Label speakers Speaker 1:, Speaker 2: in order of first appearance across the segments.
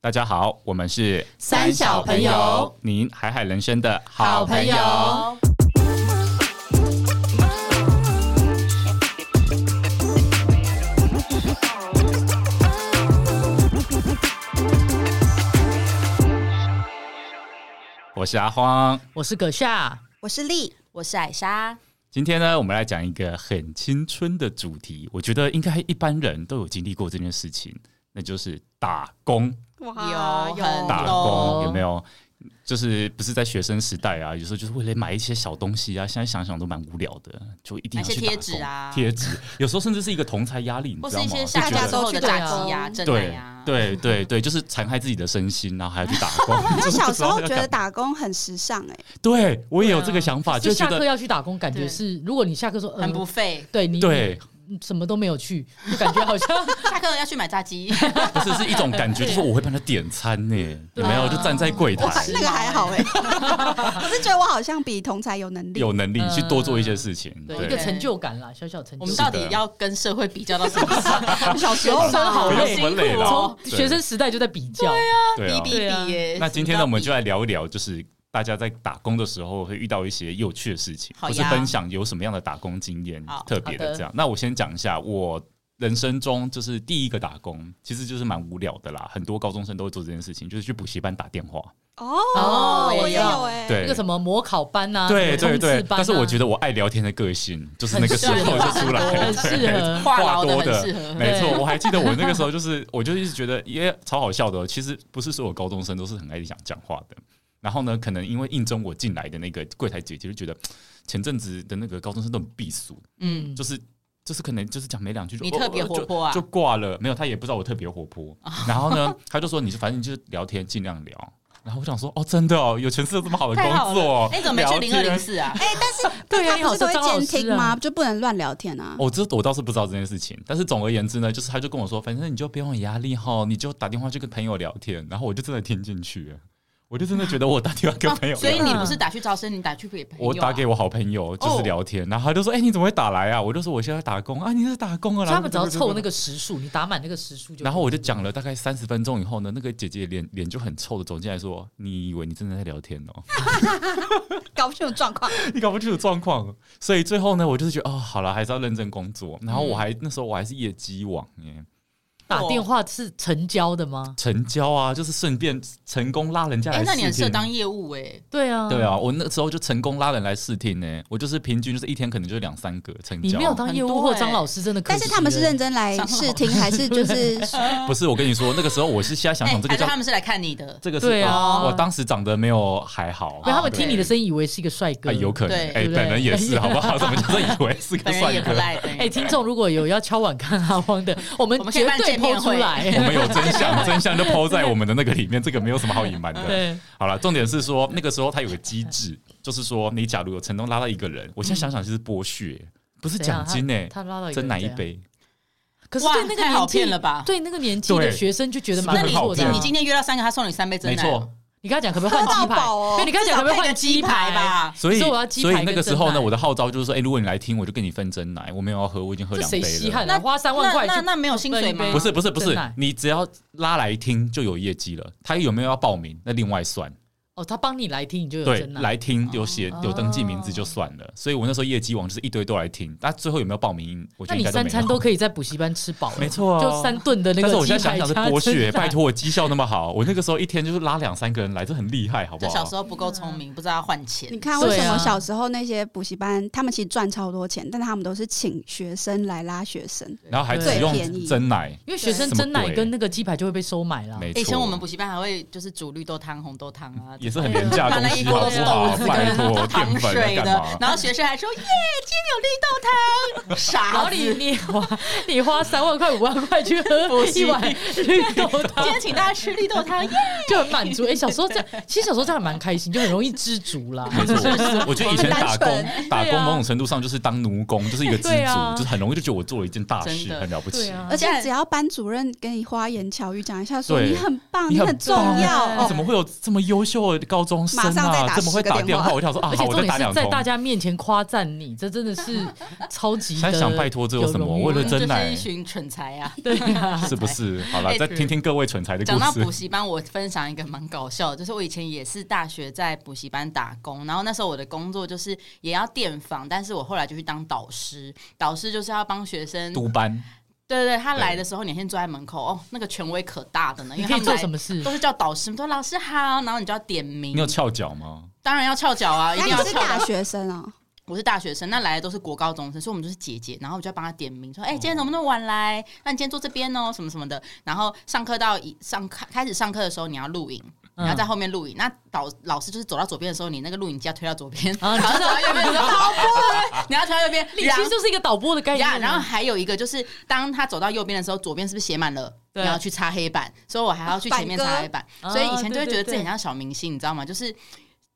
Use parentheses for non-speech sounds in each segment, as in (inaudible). Speaker 1: 大家好，我们是
Speaker 2: 三小朋友，
Speaker 1: 您海海人生的
Speaker 2: 好朋友。
Speaker 1: 我是阿荒。
Speaker 2: 我是葛夏，
Speaker 3: 我是丽，我是艾莎。
Speaker 1: 今天呢，我们来讲一个很青春的主题，我觉得应该一般人都有经历过这件事情，那就是打工。
Speaker 3: 哇有很
Speaker 1: 打
Speaker 2: 哦
Speaker 1: 工有没有？就是不是在学生时代啊，有时候就是为了买一些小东西啊，现在想想都蛮无聊的，就一定要
Speaker 3: 买一
Speaker 1: 去
Speaker 3: 些
Speaker 1: 打
Speaker 3: 贴
Speaker 1: 工
Speaker 3: 纸啊
Speaker 1: 贴纸，有时候甚至是一个同财压力，你
Speaker 3: 或
Speaker 1: 知
Speaker 3: 是
Speaker 1: 道
Speaker 3: 一
Speaker 1: 吗？
Speaker 3: 些
Speaker 1: 就
Speaker 3: 下
Speaker 1: 觉
Speaker 3: 架
Speaker 1: 得
Speaker 3: 之后的炸鸡啊、真奶
Speaker 1: 对
Speaker 3: 啊，
Speaker 1: 对对对，就是残害自己的身心，然后还要去打工。
Speaker 4: 就
Speaker 1: 就是
Speaker 4: 小
Speaker 1: 不知
Speaker 4: 时
Speaker 1: 道
Speaker 4: 候
Speaker 1: 要
Speaker 4: 觉得
Speaker 1: 干嘛，
Speaker 4: 打工很时尚哎、
Speaker 1: 对我也有这个想法，
Speaker 2: 就
Speaker 1: 就
Speaker 2: 下
Speaker 1: 觉
Speaker 2: 课
Speaker 1: 得
Speaker 2: 要去打工，感觉是如果你下课说呃
Speaker 3: (laughs) 很不费。
Speaker 2: 对你
Speaker 1: 对，
Speaker 2: 你什么都没有去，就感觉好像
Speaker 3: (laughs) 下课要去买炸 (laughs) 鸡，
Speaker 1: 不是是一种感觉，就是我会帮他点餐呢，有没有？就站在柜台，
Speaker 4: 那个还好哎、 (laughs) 我是觉得我好像比同才有能力。
Speaker 1: 有能力去多做一些事情。
Speaker 2: 嗯对
Speaker 1: 对啊
Speaker 2: 一个成就感啦，小小成
Speaker 3: 我
Speaker 2: 就
Speaker 3: 们
Speaker 2: 感。
Speaker 3: 到底要跟社会比较到什么时候？
Speaker 4: 小时候
Speaker 3: 人生好
Speaker 1: 不用
Speaker 3: 累
Speaker 1: 那么累
Speaker 3: 辛苦
Speaker 1: 了
Speaker 3: 哦，
Speaker 2: 从学生时代就在比较，
Speaker 1: 对啊
Speaker 3: 比比比耶！
Speaker 1: 那今天
Speaker 3: 什
Speaker 1: 呢，我
Speaker 3: 么叫
Speaker 1: 们就来聊一聊，就是大家在打工的时候会遇到一些有趣的事情，
Speaker 3: 好
Speaker 1: 或
Speaker 3: 呀
Speaker 1: 是分享有什么样的打工经验
Speaker 3: 好
Speaker 1: 特别
Speaker 2: 好
Speaker 1: 的
Speaker 2: 的
Speaker 1: 这样。那我先讲一下我。人生中就是第一个打工，其实就是蛮无聊的啦。很多高中生都会做这件事情，就是去补习班打电话。
Speaker 4: 哦，我也有哎、
Speaker 1: 对
Speaker 2: 那个什么模考班啊，
Speaker 1: 对
Speaker 2: 什
Speaker 1: 对
Speaker 2: 么冲
Speaker 1: 对
Speaker 2: 刺，班啊
Speaker 1: 但是我觉得我爱聊天的个性，就是那个时候就出来
Speaker 3: (laughs)
Speaker 1: 了，
Speaker 2: 很适合
Speaker 3: 话
Speaker 1: 话
Speaker 3: 痨的
Speaker 1: 多
Speaker 3: 很适合，
Speaker 1: 没错，
Speaker 2: 对
Speaker 1: 我还记得我那个时候就是，我就一直觉得也超好笑的哦。其实不是所有高中生都是很爱讲讲话的。然后呢，可能因为应征我进来的那个柜台姐姐就觉得，嗯前阵子的那个高中生都很避俗，
Speaker 2: 嗯，
Speaker 1: 就是就是可能就是讲没两句就
Speaker 3: 你特别活泼啊哦
Speaker 1: 就就挂了。没有，他也不知道我特别活泼。然后呢，他就说你就反正你就是聊天尽量聊。然后我想说，哦，真的哦，有全世界这么好的
Speaker 3: 太好
Speaker 1: 工作哦
Speaker 3: 了。，哎，你怎么没去
Speaker 1: 聊
Speaker 3: 零二
Speaker 1: 天
Speaker 3: 零四啊？
Speaker 4: (laughs)
Speaker 2: 对啊，
Speaker 4: 他
Speaker 2: 你
Speaker 4: 不
Speaker 2: 好
Speaker 4: 哎是都
Speaker 2: 像张
Speaker 4: 会
Speaker 2: 老
Speaker 4: 监
Speaker 2: 师
Speaker 4: 听吗？
Speaker 2: 啊，
Speaker 4: 就不能乱聊天啊。
Speaker 1: 我、这我倒是不知道这件事情，但是总而言之呢，就是他就跟我说，反正你就不用有压力哈，你就打电话去跟朋友聊天，然后我就真的听进去了，我就真的觉得我打电话给朋友聊、
Speaker 3: 所以你不是打去招生，你打去给朋友啊？
Speaker 1: 我打给我好朋友就是聊天，然后他就说，哎、你怎么会打来啊？我就说我现在打工啊，你在打工啊，
Speaker 2: 所以
Speaker 1: 然后
Speaker 2: 他们只要凑那。个时数，你打满那个时数就。
Speaker 1: 然后我就讲了大概三十分钟以后呢，那个姐姐脸脸就很臭的走进来说：“你以为你真的在聊天哦？
Speaker 4: 搞不清楚状况，
Speaker 1: 你搞不清楚状况。”所以最后呢，我就是觉得哦，好了，还是要认真工作。然后我还、那时候我还是业绩网耶，
Speaker 2: 打电话是成交的吗？
Speaker 1: 成交啊，就是顺便成功拉人家来
Speaker 3: 哎，
Speaker 1: 试听。
Speaker 3: 那你很适合当业务哎，
Speaker 2: 对啊，
Speaker 1: 对。啊，我那时候就成功拉人来试听呢、我就是平均就是一天可能就两三个成
Speaker 2: 你
Speaker 1: 交。
Speaker 2: 没有当业
Speaker 3: 很
Speaker 2: 务
Speaker 3: 多
Speaker 2: 或
Speaker 3: 欸
Speaker 2: 张老师，真的可
Speaker 4: 但
Speaker 2: 惜了。欸
Speaker 4: 是他们是认真来试听，还是就是 (laughs)
Speaker 1: 不是我跟你说，那个时候我是现在想
Speaker 3: 哎
Speaker 1: 想这，个
Speaker 3: 还是
Speaker 1: 叫、
Speaker 3: 他们是来看你的？
Speaker 1: 这个是哦
Speaker 2: 对啊
Speaker 1: 我当时长得没有还好，
Speaker 2: 没有，他们
Speaker 1: 对
Speaker 2: 听你的声音以为是一个帅哥，
Speaker 1: 哎有可能
Speaker 3: 啊对
Speaker 1: 哎、
Speaker 2: 对不对
Speaker 1: 本人也是好不
Speaker 3: (laughs)
Speaker 1: 好？怎么就是以为是个
Speaker 3: 本人
Speaker 1: 帅
Speaker 3: 也不
Speaker 1: 哥？
Speaker 3: 赖，
Speaker 2: (laughs) 哎、听众如果有要敲碗看阿荒
Speaker 3: (laughs)
Speaker 2: 的，我们
Speaker 3: 我们可以
Speaker 2: 绝
Speaker 3: 办
Speaker 2: 对
Speaker 3: 见面
Speaker 2: 剖出
Speaker 3: 会
Speaker 1: 我
Speaker 3: (laughs)
Speaker 2: 来。
Speaker 1: 们有真相， (laughs) 真相就抛在我们的那个里面，这个没有什么好隐瞒的。
Speaker 2: 对，
Speaker 1: 好了，重点是说那个时候它有个机制，就是说你假如有成功拉到一个人，我现在想想就是剥削，不是
Speaker 3: 啊
Speaker 1: 奖金呢、
Speaker 2: 怎样他他拉到一个
Speaker 1: 真奶一
Speaker 2: 人这样，
Speaker 1: 杯，
Speaker 2: 可是
Speaker 3: 哇
Speaker 2: 对那个
Speaker 3: 太好
Speaker 2: 年纪
Speaker 3: 骗了吧
Speaker 2: 对那个年纪的
Speaker 1: 对
Speaker 2: 学生就觉得
Speaker 1: 是
Speaker 2: 蛮
Speaker 1: 不
Speaker 2: 不
Speaker 1: 是
Speaker 2: 错
Speaker 1: 很
Speaker 2: 的。啊
Speaker 1: 好啊
Speaker 3: 你今天约到三个，他送你三杯真
Speaker 1: 没
Speaker 3: 奶，
Speaker 1: 错。
Speaker 2: 你跟他讲可不可以换
Speaker 4: 喝到
Speaker 2: 鸡排？
Speaker 4: 饱哦
Speaker 2: 对，你跟他讲可不可以
Speaker 3: 配
Speaker 2: 换
Speaker 3: 个鸡排？吧？
Speaker 1: 所以
Speaker 2: 所以我要鸡排
Speaker 1: 所以那个时候
Speaker 2: 跟真
Speaker 1: 呢，
Speaker 2: 奶
Speaker 1: 我的号召就是说，哎、如果你来听，我就跟你分真奶，我没有要喝，我已经喝
Speaker 2: 这
Speaker 1: 两
Speaker 2: 谁
Speaker 1: 杯
Speaker 2: 稀
Speaker 1: 了。
Speaker 2: 罕啊？花三万块
Speaker 3: 那那
Speaker 2: 就
Speaker 3: 那没有薪水吗？
Speaker 2: 那
Speaker 1: 不是不是不
Speaker 2: 真
Speaker 1: 是
Speaker 2: 奶，
Speaker 1: 你只要拉来听就有业绩了。他有没有要报名，那另外算。
Speaker 2: 哦，他帮你来听，你就有
Speaker 1: 对，
Speaker 2: 真啊了。
Speaker 1: 来听有写
Speaker 2: 哦
Speaker 1: 有登记名字就算了。所以我那时候业绩网就是一堆都来听，那最后有没有报名，我觉得
Speaker 2: 那你
Speaker 1: 应该
Speaker 2: 三
Speaker 1: 没有
Speaker 2: 餐。都可以在补习班吃饱了，
Speaker 1: 没错啊
Speaker 2: 就三顿的那个
Speaker 1: 但是
Speaker 2: 鸡排
Speaker 1: 我现在想想是
Speaker 2: 加
Speaker 1: 剥削，
Speaker 2: 真奶
Speaker 1: 拜托我绩效那么好，我那个时候一天就是拉两三个人来，这很厉害，好不
Speaker 3: 这
Speaker 1: 好？
Speaker 3: 小时候不够聪
Speaker 2: 嗯
Speaker 3: 明，不知道要换钱
Speaker 4: 你。看为什么小时候那些补习班，他们其实赚超多钱，但他们都是请学生来拉学生，
Speaker 1: 然后还只
Speaker 2: 对
Speaker 1: 用
Speaker 4: 便宜
Speaker 1: 真奶，
Speaker 2: 因为学生
Speaker 1: 对
Speaker 2: 真
Speaker 1: 什么
Speaker 2: 奶
Speaker 1: 鬼
Speaker 2: 跟那个鸡排就会被收买了。
Speaker 1: 没错。
Speaker 3: 以前哎我们补习班还会就是煮绿豆汤、红豆汤啊，
Speaker 1: 也是很廉价的东西，
Speaker 3: 放
Speaker 1: 好
Speaker 3: 了一
Speaker 1: 不
Speaker 3: 锅
Speaker 1: 好
Speaker 3: 豆？子
Speaker 1: 拜托， (laughs)
Speaker 3: 跟
Speaker 1: 淀
Speaker 3: 糖
Speaker 1: 粉啊
Speaker 3: 水
Speaker 1: 干
Speaker 3: 的
Speaker 1: 嘛，？
Speaker 3: 然后学生还说耶，今天有绿豆汤， (laughs)
Speaker 2: 然
Speaker 3: 傻
Speaker 2: 后
Speaker 3: 子！
Speaker 2: 你
Speaker 3: 今
Speaker 2: 你花你花三万块五万块去喝
Speaker 3: 习
Speaker 2: 一碗绿豆汤，
Speaker 3: 天请大家吃绿豆汤，耶！
Speaker 2: (laughs) 就很满足。哎、小时候这
Speaker 3: (laughs)
Speaker 2: 样，其实小时候这样还蛮开心，就很容易知足啦。
Speaker 1: 没错，我觉得以前打工打
Speaker 2: 对
Speaker 1: 工
Speaker 2: 啊
Speaker 1: 某种程度上就是当奴工，就是一个知
Speaker 2: 对
Speaker 1: 足
Speaker 2: 啊，
Speaker 1: 就是很容易就觉得我做了一件大
Speaker 3: 真
Speaker 1: 事，
Speaker 3: 的
Speaker 1: 很了不起
Speaker 2: 对。啊
Speaker 4: 而且
Speaker 3: 现在
Speaker 4: 只要班主任跟你花言巧语讲一下，说
Speaker 1: 对
Speaker 4: 你很棒，
Speaker 1: 你
Speaker 4: 你
Speaker 1: 很
Speaker 4: 很重
Speaker 1: 棒啊
Speaker 4: 要
Speaker 2: 对
Speaker 4: 哦
Speaker 1: 怎，么会有这么优秀的高中生
Speaker 4: 马上再
Speaker 1: 啊，
Speaker 4: 打
Speaker 1: 怎么会
Speaker 4: 10个
Speaker 1: 打
Speaker 4: 电
Speaker 1: 电
Speaker 4: 话
Speaker 1: 话？我想说啊，
Speaker 2: 而
Speaker 1: 好
Speaker 2: 且
Speaker 1: 我再
Speaker 2: 重点
Speaker 1: 打
Speaker 2: 是
Speaker 1: 两
Speaker 2: 在
Speaker 1: 通。
Speaker 2: 大家面前夸赞你，这真的
Speaker 3: (laughs)
Speaker 2: 是超级
Speaker 1: 才
Speaker 2: 的。
Speaker 1: 想拜托，这有什么？
Speaker 2: 有荣誉
Speaker 1: 为了
Speaker 3: 就
Speaker 1: 真
Speaker 3: 是
Speaker 1: 奶
Speaker 3: 一，群蠢材啊！
Speaker 2: 对呀、
Speaker 1: 是不是？好了，
Speaker 3: 哎
Speaker 1: 再听听各位蠢材的
Speaker 3: 讲到
Speaker 1: 故
Speaker 3: 补
Speaker 1: 事。
Speaker 3: 习班，我分享一个蛮搞笑的，就是我以前也是大学在补习班打工，然后那时候我的工作就是也要电访，但是我后来就去当导师，导师就是要帮学生，对
Speaker 1: 督班，
Speaker 3: 对对，他
Speaker 1: 对
Speaker 3: 来的时候你先坐在门口，哦，那个权威可大的呢，因
Speaker 2: 你可
Speaker 3: 为他
Speaker 2: 以
Speaker 3: 们
Speaker 2: 做
Speaker 3: 来
Speaker 2: 什么事
Speaker 3: 都？是叫导师，说老师好，然后你就要点名
Speaker 1: 你有，翘脚吗？
Speaker 3: 当然要翘脚啊，一
Speaker 4: 那
Speaker 3: 定
Speaker 4: 你
Speaker 3: 要
Speaker 4: 是
Speaker 3: 翘
Speaker 4: 大
Speaker 3: 脚。
Speaker 4: 学生哦，
Speaker 3: 我是大学生，那来的都是国高中生，所以我们就是姐姐，然后我就要帮她点名，
Speaker 2: 哦
Speaker 3: 说：“哎、今天怎么那么晚来？那你今天坐这边哦，什么什么的。”然后上课到一上开开始上课的时候，你要录影，
Speaker 2: 嗯
Speaker 3: 你要在后面录影。那导老师就是走到左边的时候，你那个录影机要推到左边，
Speaker 2: 啊，你
Speaker 3: 然
Speaker 2: 知
Speaker 3: 后走
Speaker 2: 道
Speaker 3: 到
Speaker 2: (laughs)
Speaker 3: 右边的时候，好不，你要推到右边，
Speaker 2: 你
Speaker 3: 然
Speaker 2: 其实就是一个导播的概念
Speaker 3: 呀
Speaker 2: 啊。
Speaker 3: 然后还有一个就是，当他走到右边的时候，左边是不是写满了？
Speaker 2: 对啊
Speaker 3: 你要去擦黑板，所以我还要去前面擦黑板。
Speaker 2: 板哥
Speaker 3: 所以以前就会觉得
Speaker 2: 哦对对
Speaker 3: 自己很像小明星，你知道吗？就是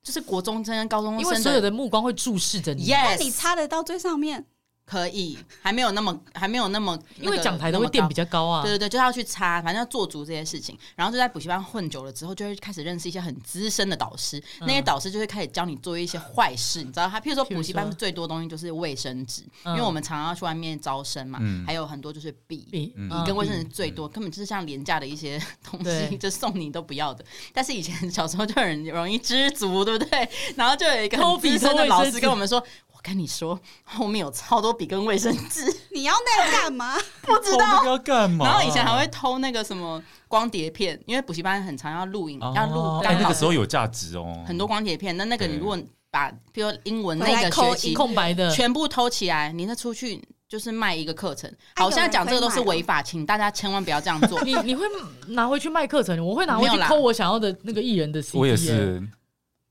Speaker 3: 就是国中生、高中
Speaker 2: 因为
Speaker 3: 生
Speaker 2: 所有
Speaker 3: 的
Speaker 2: 的目光会注视着你。
Speaker 4: 那你
Speaker 3: yes
Speaker 4: 插得到最上面，
Speaker 3: 可以，还没有那么还没有那么，
Speaker 2: 因为讲台都会垫比
Speaker 3: 较。
Speaker 2: 较高啊
Speaker 3: 对，对对，就是要去擦，反正要做足这些事情。然后就在补习班混久了之后，就会开始认识一些很资深的导师。
Speaker 2: 嗯
Speaker 3: 那些导师就会开始教你做一些坏事，你知道他，譬如说
Speaker 2: 譬如
Speaker 3: 补习班
Speaker 2: 说
Speaker 3: 最多东西就是卫生纸，
Speaker 2: 嗯
Speaker 3: 因为我们常常要去外面招生嘛，
Speaker 1: 嗯
Speaker 3: 还有很多就是笔，
Speaker 2: 比
Speaker 1: 嗯
Speaker 3: 你跟卫生纸
Speaker 2: 嗯
Speaker 3: 最多，根本就是像廉价的一些 (laughs) 东西，
Speaker 2: 对
Speaker 3: 就送你都不要的。但是以前 (laughs) 小时候就很容易知足，对不对？然后就有一个
Speaker 2: 抠
Speaker 3: 很
Speaker 2: 笔
Speaker 3: 资深
Speaker 2: 抠
Speaker 3: 的
Speaker 2: 卫
Speaker 3: 老
Speaker 2: 生
Speaker 3: 师
Speaker 2: 纸
Speaker 3: 跟我们说：“我跟你说，后面有超多笔跟卫生纸，
Speaker 4: 你要那个干嘛？
Speaker 3: 不知
Speaker 1: 偷
Speaker 3: 道。
Speaker 1: 哦那个要干”嘛？
Speaker 3: 然后以前
Speaker 1: 哦
Speaker 3: 还会偷那个什么光碟片，因为补习班很常要录影，
Speaker 1: 哦
Speaker 3: 要录
Speaker 1: 哎
Speaker 3: 刚，
Speaker 1: 那
Speaker 3: 好
Speaker 1: 个时候有价值哦，
Speaker 3: 很多光碟片。那那个你
Speaker 1: 对
Speaker 3: 如果把，比如英文
Speaker 4: 回
Speaker 3: 那
Speaker 4: 来
Speaker 3: 个
Speaker 4: 扣
Speaker 3: 学期
Speaker 4: 一
Speaker 2: 空白的，
Speaker 3: 全部偷起来，你那出去就是卖一个课程。
Speaker 4: 哎
Speaker 3: 好，
Speaker 4: 有
Speaker 3: 现在
Speaker 4: 人
Speaker 3: 讲这
Speaker 4: 会
Speaker 3: 个都是
Speaker 4: 买哦
Speaker 3: 违法，请大家千万不要这样
Speaker 1: (laughs)
Speaker 3: 做。
Speaker 2: 你你会拿回去卖课程，我会拿回
Speaker 3: 没
Speaker 2: 去
Speaker 3: 有啦
Speaker 2: 抠我想要的那个艺人的 CD，
Speaker 1: 我也
Speaker 2: 欸，
Speaker 1: 是，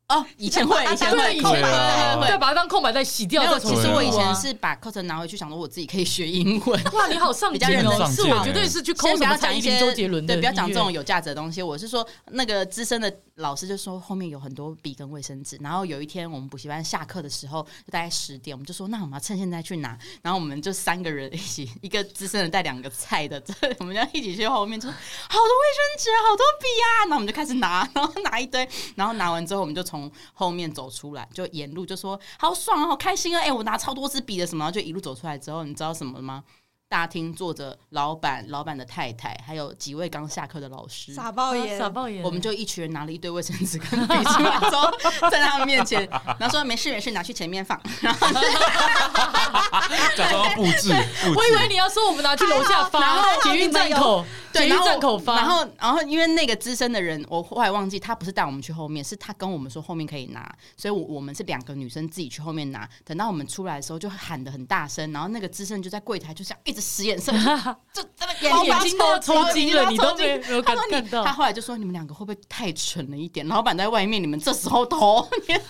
Speaker 3: 哦，以前会，以前会，
Speaker 2: 对以前会
Speaker 3: 对对
Speaker 2: 再
Speaker 3: 对。啊
Speaker 2: 把它当空白再洗掉
Speaker 3: 没。有，
Speaker 2: 再重
Speaker 3: 其
Speaker 2: 新
Speaker 3: 实
Speaker 1: 啊对啊
Speaker 3: 我以
Speaker 2: 做啊
Speaker 3: 前是把课程拿回去，想说我自己可以学英文。
Speaker 2: 哇，你好上
Speaker 3: 比
Speaker 2: 进
Speaker 3: 较认
Speaker 2: 哦，
Speaker 1: 真
Speaker 2: 是
Speaker 1: 上进
Speaker 2: 我
Speaker 1: 欸
Speaker 2: 绝对是去抠
Speaker 3: 先
Speaker 2: 什
Speaker 3: 不要
Speaker 2: 么
Speaker 3: 讲
Speaker 2: 蔡
Speaker 3: 一
Speaker 2: 依林、
Speaker 3: 些
Speaker 2: 周杰伦的
Speaker 3: 对，
Speaker 2: 音乐，
Speaker 3: 不要讲这种有价值的东西。我是说，那个资深的老师就说后面有很多笔跟卫生纸。然后有一天我们补习班下课的时候，就大概十点，我们就说那我们要趁现在去拿。然后我们就三个人一起，一个资深的带两个菜的， (laughs) 这我们就一起去后面，就说好多卫生纸，好多笔啊。然后我们就开始拿， (laughs) 然后拿一堆，然后拿完之后我们就从后面走出来，就沿路就说好爽啊，好开心啊！哎、我拿超多支笔的什么，然后就一路走出来之后，你知道什么吗？大厅坐着老板、老板的太太，还有几位刚下课的老师。
Speaker 4: 傻爆
Speaker 1: 啊
Speaker 4: 眼，
Speaker 2: 傻爆眼，
Speaker 3: 我们就一群人拿了一堆卫生纸跟笔出来之后， (laughs) 在他们面前，然后说没事没事，拿去前面放。
Speaker 1: 假装要布置，布
Speaker 2: 我以为
Speaker 1: 置。
Speaker 2: 你要说我们拿去楼下
Speaker 4: 还好
Speaker 3: 啊
Speaker 2: 发，捷运站口，捷
Speaker 3: 对，
Speaker 2: 运
Speaker 3: 然后
Speaker 2: 站口发，
Speaker 3: 然后然后因为那个资深的人，我后来忘记他不是带我们去后面，是他跟我们说后面可以拿，所以我我们是两个女生自己去后面拿。等到我们出来的时候，就喊的很大声，然后那个资深就在柜台就这样一直使
Speaker 2: (laughs)
Speaker 3: 眼色，就就真的
Speaker 2: 你眼睛都要抽筋了，你都没有没有感
Speaker 3: 他说
Speaker 2: 看
Speaker 3: 你，他
Speaker 2: 到。
Speaker 3: 后来就说你们两个会不会太蠢了一点？老板在外面，你们这时候投， (laughs) 你们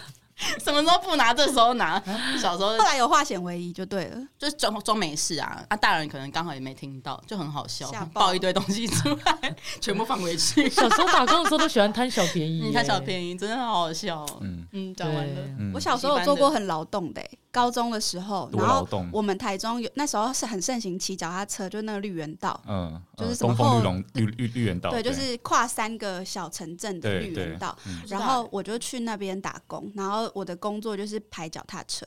Speaker 3: 什么时候不拿，这时候拿。小时候
Speaker 4: 后来有化险为夷就对
Speaker 1: 嗯
Speaker 4: 了。
Speaker 3: 就是装装没事啊，啊，大人可能刚好也没听到，就很好笑
Speaker 4: 吓，爆
Speaker 3: 爆一堆东西出来，全部放回
Speaker 4: (laughs)
Speaker 3: 去。
Speaker 2: 小时候打工的时候都喜欢贪小便宜耶，
Speaker 3: 你看小便宜真的好好笑哦、
Speaker 1: 嗯
Speaker 3: 嗯，
Speaker 2: 对
Speaker 3: 讲完了。
Speaker 1: 嗯
Speaker 4: 我小时候有做过很劳动的、欸，高中的时候，
Speaker 1: 多
Speaker 4: 然
Speaker 1: 劳
Speaker 4: 后
Speaker 1: 动，
Speaker 4: 我们台中有那时候是很盛行骑脚踏车，就那个绿园道，
Speaker 1: 嗯，
Speaker 4: 就是
Speaker 1: 呃
Speaker 4: 什
Speaker 1: 东
Speaker 4: 么
Speaker 1: 风
Speaker 4: 后
Speaker 1: 绿龙绿绿绿园道，
Speaker 4: 对，就是跨三个小城镇的
Speaker 1: 对
Speaker 4: 绿园道。欸
Speaker 3: 对
Speaker 4: 然后我就去那边打工，然后我的工作就是排脚踏车，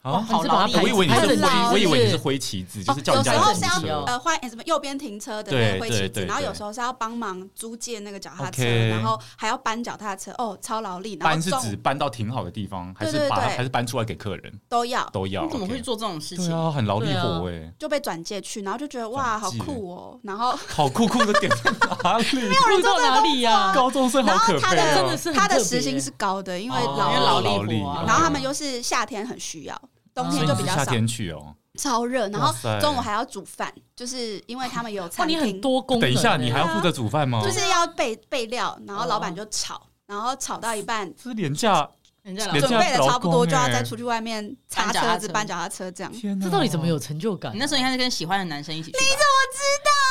Speaker 1: 好
Speaker 2: 你是把它
Speaker 3: 好劳力
Speaker 2: 排
Speaker 1: 我以为你是
Speaker 2: 排整齐
Speaker 1: 挥，我以为你是
Speaker 2: 是
Speaker 1: 挥旗子，就
Speaker 4: 哦
Speaker 1: 是，叫人
Speaker 4: 有
Speaker 1: 家
Speaker 4: 时候
Speaker 1: 停
Speaker 4: 是
Speaker 1: 车。哦
Speaker 4: 要呃换呃什么右边停车的
Speaker 1: 对
Speaker 4: 那个会骑
Speaker 1: 对
Speaker 4: 子，
Speaker 1: 对
Speaker 4: 然后有
Speaker 1: 对
Speaker 4: 时候是要帮忙租借那个脚踏车，
Speaker 1: OK
Speaker 4: 然后还要搬脚踏车，哦，超劳力，然
Speaker 1: 搬
Speaker 4: 后
Speaker 1: 是指
Speaker 4: 重
Speaker 1: 搬到挺好的地方，还
Speaker 4: 对
Speaker 1: 是
Speaker 4: 对
Speaker 1: 把它
Speaker 4: 对
Speaker 1: 还是搬出来给客人
Speaker 4: 都要，
Speaker 1: 都要？
Speaker 3: 你怎么
Speaker 1: 哦 OK
Speaker 3: 会做这种事
Speaker 1: 对
Speaker 3: 情？
Speaker 1: 啊，很劳力
Speaker 2: 对啊
Speaker 1: 活哎，
Speaker 4: 就被转借去，然后就觉得哇，好
Speaker 1: 转介
Speaker 4: 酷哦，然后
Speaker 1: (laughs) 好酷酷的点在哪
Speaker 4: (laughs)
Speaker 1: 里？
Speaker 2: 酷到哪里啊呀？
Speaker 1: 高中生好
Speaker 4: 啊然后
Speaker 1: 可
Speaker 4: 他
Speaker 1: 悲
Speaker 4: 的
Speaker 2: 真
Speaker 1: 哦
Speaker 2: 的。是很
Speaker 4: 他的
Speaker 2: 特别
Speaker 4: 时薪是高的，因为
Speaker 1: 哦
Speaker 3: 因为
Speaker 4: 劳
Speaker 3: 劳
Speaker 4: 力，
Speaker 3: 力活啊
Speaker 1: 活，哦
Speaker 4: 然后他们又是夏天很需要，冬
Speaker 1: 所
Speaker 4: 天
Speaker 1: 以
Speaker 4: 就
Speaker 1: 你
Speaker 4: 比
Speaker 1: 是
Speaker 4: 较
Speaker 1: 夏
Speaker 4: 少，
Speaker 1: 天去哦。
Speaker 4: 超热，然后
Speaker 1: 哇塞
Speaker 4: 中午还要煮饭，就是因为他们有
Speaker 2: 哇，
Speaker 4: 餐
Speaker 2: 你很
Speaker 4: 厅，
Speaker 2: 多哦功能
Speaker 1: 等
Speaker 2: 欸。
Speaker 1: 一下，你还要负责煮饭吗？
Speaker 4: 啊就是要备备料，然后老
Speaker 1: 哦
Speaker 4: 板就炒，然后炒到一半。
Speaker 1: 这是廉价，
Speaker 3: 人家老
Speaker 1: 人
Speaker 4: 哦
Speaker 1: 家
Speaker 4: 准备的差不
Speaker 1: 劳
Speaker 4: 多，
Speaker 1: 工欸
Speaker 4: 就要再出去外面擦车子、
Speaker 3: 搬
Speaker 4: 搬脚踏车这样。
Speaker 1: 天哪！
Speaker 2: 这到底怎么有成就感
Speaker 3: 你？那时候应该是跟喜欢的男生一起去吧，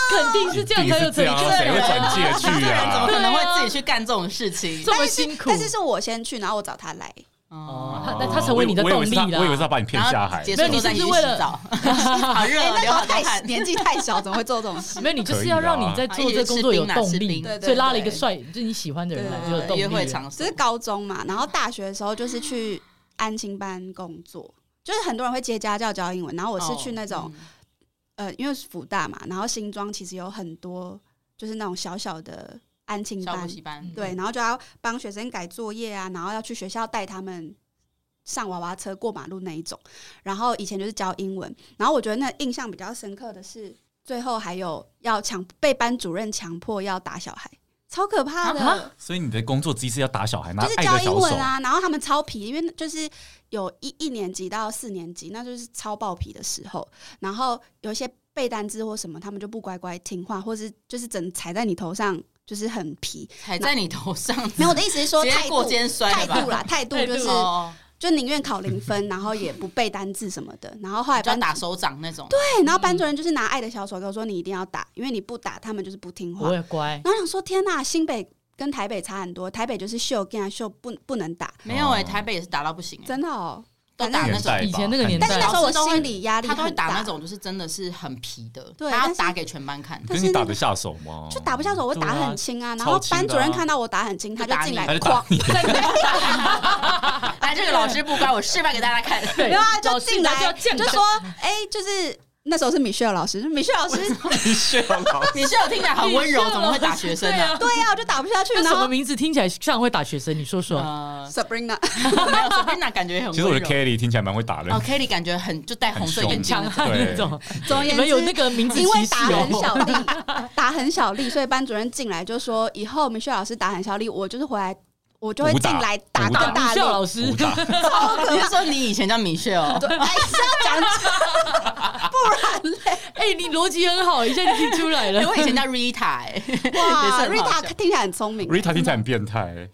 Speaker 2: 肯定是这样才
Speaker 1: 一定
Speaker 2: 有成就是
Speaker 1: 这
Speaker 2: 感
Speaker 1: 样谁会
Speaker 2: 啊。
Speaker 1: 转介
Speaker 3: 这
Speaker 1: 去
Speaker 3: 个人怎么
Speaker 1: 啊？
Speaker 3: 可能会自己去干这种事情？
Speaker 2: 这么辛苦，
Speaker 4: 但是是我先去，然后我找他来，
Speaker 2: 哦
Speaker 3: 哦，
Speaker 2: 他那他成为你的
Speaker 1: 我以为是他
Speaker 2: 动力啦
Speaker 1: 我以为是他把你骗
Speaker 3: 然后
Speaker 1: 下海，
Speaker 3: 结
Speaker 2: 没有
Speaker 3: 束
Speaker 2: 你
Speaker 3: 后再
Speaker 2: 是
Speaker 3: 去
Speaker 2: 不是为
Speaker 3: 洗
Speaker 2: 了
Speaker 4: (laughs)
Speaker 3: 澡，好热
Speaker 4: 哎、
Speaker 3: 哦，
Speaker 4: 那时
Speaker 3: 流
Speaker 4: 候
Speaker 3: 好多
Speaker 4: 太
Speaker 3: 汗。
Speaker 4: 年纪太小，怎么会做这种事？ (laughs)
Speaker 2: 没有，你就是要让你在做这个工作有动
Speaker 3: 啊一直吃
Speaker 2: 力
Speaker 3: 冰啊吃冰，
Speaker 4: 对对
Speaker 2: 所以拉了一个
Speaker 4: 对
Speaker 2: 帅，就是你喜欢的人来，
Speaker 4: 对
Speaker 2: 就有动力
Speaker 3: 约
Speaker 2: 了。
Speaker 3: 会场
Speaker 4: 这
Speaker 3: 所
Speaker 4: 是，高中嘛，然后大学的时候就是去安亲班工作，就是很多人会接家教教英文，然后我是去那种、
Speaker 3: 哦
Speaker 4: 呃，因为是福大嘛，然后新庄其实有很多就是那种小小的安
Speaker 3: 嗯
Speaker 4: 亲
Speaker 3: 小补
Speaker 4: 班，
Speaker 3: 习班，
Speaker 4: 对，然后就要帮学生改作业啊，然后要去学校带他们上娃娃车过马路那一种。然后以前就是教英文，然后我觉得那印象比较深刻的是，最后还有要强被班主任强迫要打小孩，超可怕的。
Speaker 2: 啊
Speaker 1: 所以你的工作机是要打小孩，拿
Speaker 4: 就是
Speaker 1: 爱
Speaker 4: 教
Speaker 1: 的
Speaker 4: 英
Speaker 1: 小手
Speaker 4: 文，啊，然后他们超皮，因为就是有一一年级到四年级，那就是超爆皮的时候。然后有一些背单字或什么，他们就不乖乖听话，或是就是整踩在你头上，就是很皮。
Speaker 3: 踩在你头上，
Speaker 4: 没有，我的意思是说
Speaker 3: 直
Speaker 4: 态
Speaker 3: 接过
Speaker 4: 度，
Speaker 3: 肩摔
Speaker 4: 态
Speaker 3: 了吧
Speaker 4: 度啦，态度就是
Speaker 3: 哦，
Speaker 4: 就宁愿考零分，然后也不背单字什么的。然后后来
Speaker 3: 就要
Speaker 4: 班
Speaker 3: 打手掌那种。
Speaker 4: 对，然后班主任就是拿爱的小手跟我说，你一定要打，因为你不打他们就是不听话
Speaker 2: 我。也乖，
Speaker 3: (laughs)
Speaker 4: 然后我想说，天呐，新北跟台北差很多，台北就是秀，跟他啊秀不不能打，
Speaker 3: 没有哎、
Speaker 1: 哦
Speaker 3: 台北也是打到不行哎、
Speaker 4: 真的哦。
Speaker 3: 都打那
Speaker 1: 年代
Speaker 3: 种，
Speaker 1: 吧
Speaker 2: 以前那个年代
Speaker 4: 但是那时候我心理压力
Speaker 3: 他
Speaker 4: 很
Speaker 3: 都
Speaker 4: 大，
Speaker 3: 会打那种，就是真的是很皮的，
Speaker 4: 对
Speaker 3: 他
Speaker 4: 但
Speaker 3: 要
Speaker 4: 是
Speaker 3: 打给全班看。
Speaker 1: 可是你打得下手吗？
Speaker 4: 就打不下手，我打很轻啊。然后
Speaker 1: 超轻的啊
Speaker 4: 班主任看到我打很轻，他就进来
Speaker 1: 他就
Speaker 4: 哐
Speaker 1: 打，你， (laughs)
Speaker 3: 哎，这个老师不乖，我示范给大家看。
Speaker 2: 对
Speaker 4: 没有啊，就
Speaker 2: 老师
Speaker 4: 进
Speaker 2: 他就
Speaker 4: 来
Speaker 2: 要降
Speaker 4: 就
Speaker 2: 档
Speaker 4: 说，哎，就是那时候是米歇尔老师，米歇尔老师，
Speaker 1: 你笑老师
Speaker 3: (laughs) 你是有听起来很温柔，
Speaker 4: (laughs)
Speaker 3: 怎么会打学生啊 (laughs) 呢、
Speaker 4: 对啊呀，我就打不下去，
Speaker 2: 啊那
Speaker 4: 然
Speaker 2: 什么
Speaker 4: 后
Speaker 2: 名字听起来像会打学生？你说啊说，
Speaker 4: 啊
Speaker 3: 呃，
Speaker 4: Sabrina，
Speaker 3: 没有 Sabrina 感觉也很
Speaker 1: 其实我
Speaker 3: 温
Speaker 1: 的
Speaker 3: 柔。
Speaker 1: Kelly 听起来蛮会打人
Speaker 3: 哦，，Kelly 感觉很就戴红色眼
Speaker 2: 很
Speaker 3: 镜
Speaker 2: 强
Speaker 3: 那种，
Speaker 2: 悍 (laughs) 那种，
Speaker 4: 总而
Speaker 2: 你
Speaker 4: 言
Speaker 2: 们有
Speaker 4: 之
Speaker 2: 那。个名字
Speaker 4: 因为
Speaker 2: 歧视
Speaker 4: 打
Speaker 2: 哦
Speaker 4: 很。小力，打很小力，所以班主任进来就说：“以后米歇尔老师打很小力，我就是回来，我就会
Speaker 1: 武
Speaker 4: 进
Speaker 1: 打
Speaker 4: 来打
Speaker 1: 武打
Speaker 2: 打
Speaker 4: 更大
Speaker 2: 米
Speaker 4: 力
Speaker 2: 笑。老师
Speaker 1: 不，
Speaker 2: (laughs)
Speaker 1: 打，
Speaker 3: 你是说你以前叫米雪哦？
Speaker 4: (laughs) 对”哎，是要讲
Speaker 2: 哎，你逻辑很好，一下就听出
Speaker 4: (laughs)
Speaker 2: 来
Speaker 3: 哎
Speaker 2: 了。
Speaker 3: 我以前叫 Rita，哎 (laughs) 也是
Speaker 4: 哇
Speaker 3: 很好笑
Speaker 4: ，Rita 听起来很聪明啊
Speaker 1: Rita 听起来很变态、欸，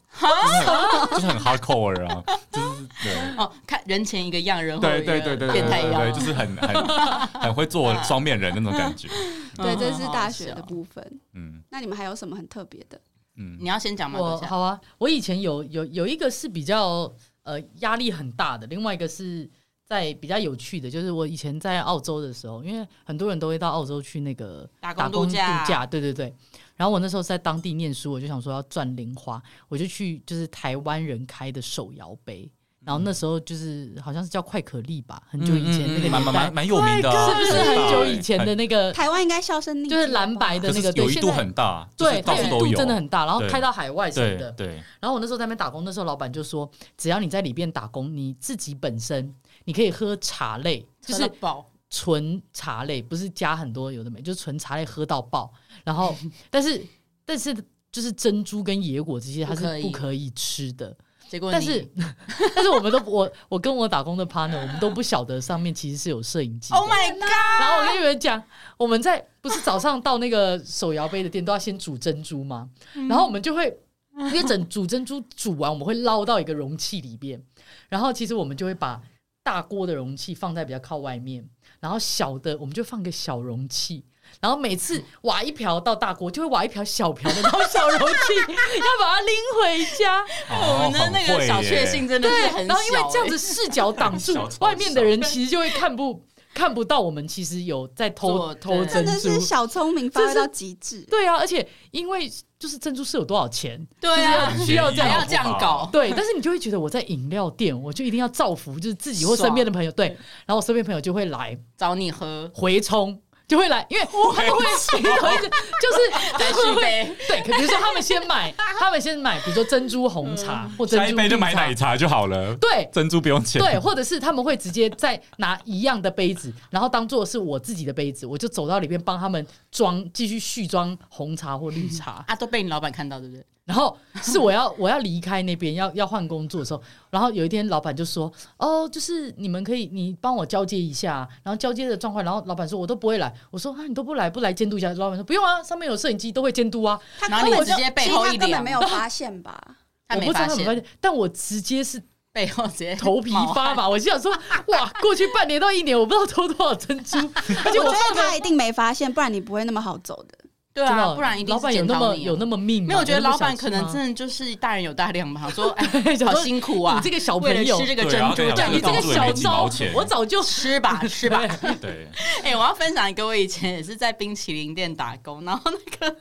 Speaker 1: 就是很 hardcore 啊，就是对。
Speaker 3: 哦，看人前一个样，人后
Speaker 1: 对
Speaker 3: 一个
Speaker 1: 对对对对
Speaker 3: 哦变态
Speaker 1: 对
Speaker 3: 样，
Speaker 1: 对，就是很很很会做双面人那种感觉。
Speaker 4: 对，
Speaker 3: 嗯
Speaker 4: 这是大学。
Speaker 3: 好好
Speaker 4: 的
Speaker 3: 笑
Speaker 4: 部分。
Speaker 1: 嗯
Speaker 4: 那你们还有什么很特别的？
Speaker 1: 嗯，
Speaker 3: 你要先讲吗？
Speaker 2: 我
Speaker 3: 等一下
Speaker 2: (laughs) 好啊，我以前有有有一个是比较呃压力很大的，另外一个是在比较有趣的，就是我以前在澳洲的时候，因为很多人都会到澳洲去那个
Speaker 3: 打工
Speaker 2: 打工
Speaker 3: 度假
Speaker 2: 对对对。然后我那时候在当地念书，我就想说要赚零花，我就去就是台湾人开的手摇杯，然后那时候就是好像是叫快可丽吧，很久以前那个
Speaker 1: 蛮
Speaker 2: 年
Speaker 4: 嗯
Speaker 1: 蛮
Speaker 2: 代
Speaker 1: 蛮，蛮有名的啊、
Speaker 2: 是不是很久以前
Speaker 1: 很
Speaker 2: 的那个
Speaker 4: 台湾应该销声匿迹，
Speaker 2: 呃就是蓝白的
Speaker 1: 可是
Speaker 2: 那个？
Speaker 1: 有
Speaker 2: 对，
Speaker 1: 一
Speaker 2: 现
Speaker 1: 度
Speaker 2: 在
Speaker 1: 很大，
Speaker 2: 对，
Speaker 1: 就是到
Speaker 2: 它
Speaker 1: 处
Speaker 2: 有一
Speaker 1: 都
Speaker 2: 度
Speaker 1: 有，
Speaker 2: 真的很大，然后
Speaker 1: 对
Speaker 2: 开到海外什么
Speaker 1: 对
Speaker 2: 的。
Speaker 1: 对，啊
Speaker 2: 然后我那时候在那边打工，那时候老板就说，只要你在里边打工，你自己本身你可以喝茶
Speaker 1: (laughs)
Speaker 2: 类，就
Speaker 3: 车
Speaker 2: 是
Speaker 3: 到爆
Speaker 2: 纯茶类，不是加很多有的没，就是纯茶类喝到爆。然后， (laughs) 但是但是就是珍珠跟野果这些它
Speaker 3: 不可
Speaker 2: 是
Speaker 3: 以
Speaker 2: 不可以吃的。
Speaker 3: 结果
Speaker 2: 但
Speaker 3: 你
Speaker 2: 是 (laughs) 但是我们都我我跟我打工的 partner，我们都不晓得上面其实是有摄影机的。
Speaker 3: Oh my God！
Speaker 2: 然后我跟你们讲，我们在不是早上到那个手摇杯的店都要先煮珍珠吗？然后我们就会。因为整煮珍珠煮完，我们会捞到一个容器里边，然后其实我们就会把大锅的容器放在比较靠外面，然后小的我们就放个小容器，然后每次挖一瓢到大锅，就会挖一瓢小瓢的，然后小容器 (laughs) 要把它拎回家。
Speaker 1: 哦
Speaker 3: 我们的哦那个小确幸真的是
Speaker 2: 对，
Speaker 3: 很
Speaker 2: 然后因为
Speaker 3: 小
Speaker 2: 这样
Speaker 3: 欸
Speaker 2: 子视角挡住
Speaker 1: 小超
Speaker 2: 外面的人，其实就会看不看不到我很小，其实有在偷
Speaker 3: 做
Speaker 2: 偷
Speaker 3: 对
Speaker 2: 珍
Speaker 4: 真的
Speaker 2: 珠
Speaker 4: 是。小聪明发
Speaker 2: 这
Speaker 4: 挥
Speaker 2: 是
Speaker 4: 到极致。
Speaker 2: 对啊，而且因为就是珍珠是有多少钱，
Speaker 3: 对啊，
Speaker 1: 很
Speaker 2: 需要这样
Speaker 3: 还要这样搞，
Speaker 2: 对，但是你就会觉得我在饮料店，我就一定要造福，就是自己或身边的朋友，对，然后我身边朋友就会来
Speaker 3: (laughs) 找你喝，
Speaker 2: 回冲。就会来，因为他们会回，就是
Speaker 3: 来 (laughs)
Speaker 2: 他
Speaker 3: 续
Speaker 2: 们会
Speaker 3: 杯，
Speaker 2: 对，可比如说他们先买，他们先买，比如说珍珠红茶
Speaker 3: 嗯
Speaker 2: 或珍
Speaker 1: 下一
Speaker 2: 珠
Speaker 1: 杯就
Speaker 2: 绿
Speaker 1: 买
Speaker 2: 茶
Speaker 1: 奶茶就好了，
Speaker 2: 对，
Speaker 1: 珍珠不用钱。
Speaker 2: 对，或者是他们会直接再拿一样的杯子，然后当做是我自己的杯子，我就走到里面帮他们装，继续续装红茶或绿
Speaker 3: (laughs)
Speaker 2: 茶。
Speaker 3: 啊，都被你老板看到，对不对？
Speaker 2: 然后是我要我要离开那边，要要换工作的时候，然后有一天老板就说：“哦，就是你们可以，你帮我交接一下。”啊然后交接的状况，然后老板说：“我都不会来。”我说：“啊，你都不来，不来监督一下？”老板说：“不用啊，上面有摄影机，都会监督啊。”
Speaker 4: 他
Speaker 3: 然后
Speaker 4: 根本
Speaker 3: 你直
Speaker 4: 就
Speaker 3: 接背
Speaker 4: 其实
Speaker 3: 后
Speaker 4: 他
Speaker 3: 一
Speaker 4: 根
Speaker 3: 量
Speaker 4: 本没有发现吧？
Speaker 3: 他
Speaker 2: 我
Speaker 3: 没
Speaker 2: 不知道
Speaker 3: 发
Speaker 2: 他们
Speaker 3: 现
Speaker 2: 发现，但我直接是
Speaker 3: 背后直接
Speaker 2: 头皮
Speaker 3: 冒
Speaker 2: 发
Speaker 3: 汗
Speaker 2: 麻。我心想
Speaker 3: (laughs)
Speaker 2: 说：“哇，过去半年到一年，我不知道偷多少珍珠，而且
Speaker 4: 我
Speaker 2: 我
Speaker 4: 觉得
Speaker 2: 放的
Speaker 4: 他一定没发现，不然你不会那么好走的。
Speaker 3: 对
Speaker 2: 真的
Speaker 3: 啊，
Speaker 2: 哦
Speaker 3: 不然一定
Speaker 2: 老
Speaker 3: 是
Speaker 2: 板有
Speaker 3: 检
Speaker 2: 那
Speaker 3: 讨
Speaker 2: 么
Speaker 3: 你啊。
Speaker 2: 有那么命吗？
Speaker 3: 没有，我觉得
Speaker 2: 有那么
Speaker 3: 老板
Speaker 2: 小气
Speaker 3: 可能
Speaker 2: 吗
Speaker 3: 真的就是大人有大量吧，说 (laughs)
Speaker 2: (laughs)
Speaker 3: 哎，
Speaker 2: 想
Speaker 3: 好
Speaker 2: 说
Speaker 3: 辛苦啊
Speaker 2: 你，这个小朋
Speaker 3: 为了
Speaker 2: 友，
Speaker 3: 吃这个
Speaker 1: 对
Speaker 3: 珍
Speaker 1: 啊
Speaker 3: 珠
Speaker 1: 对，啊
Speaker 2: 对
Speaker 1: 这
Speaker 2: 你
Speaker 1: 个
Speaker 2: 这个
Speaker 1: 帮助也
Speaker 2: 小
Speaker 1: 没几毛
Speaker 2: 招
Speaker 1: 钱，
Speaker 2: 我早就 (laughs)
Speaker 3: 吃吧吃吧。
Speaker 1: 对，
Speaker 3: (laughs) 哎、我要分享给我以前也是在冰淇淋店打工，然后那个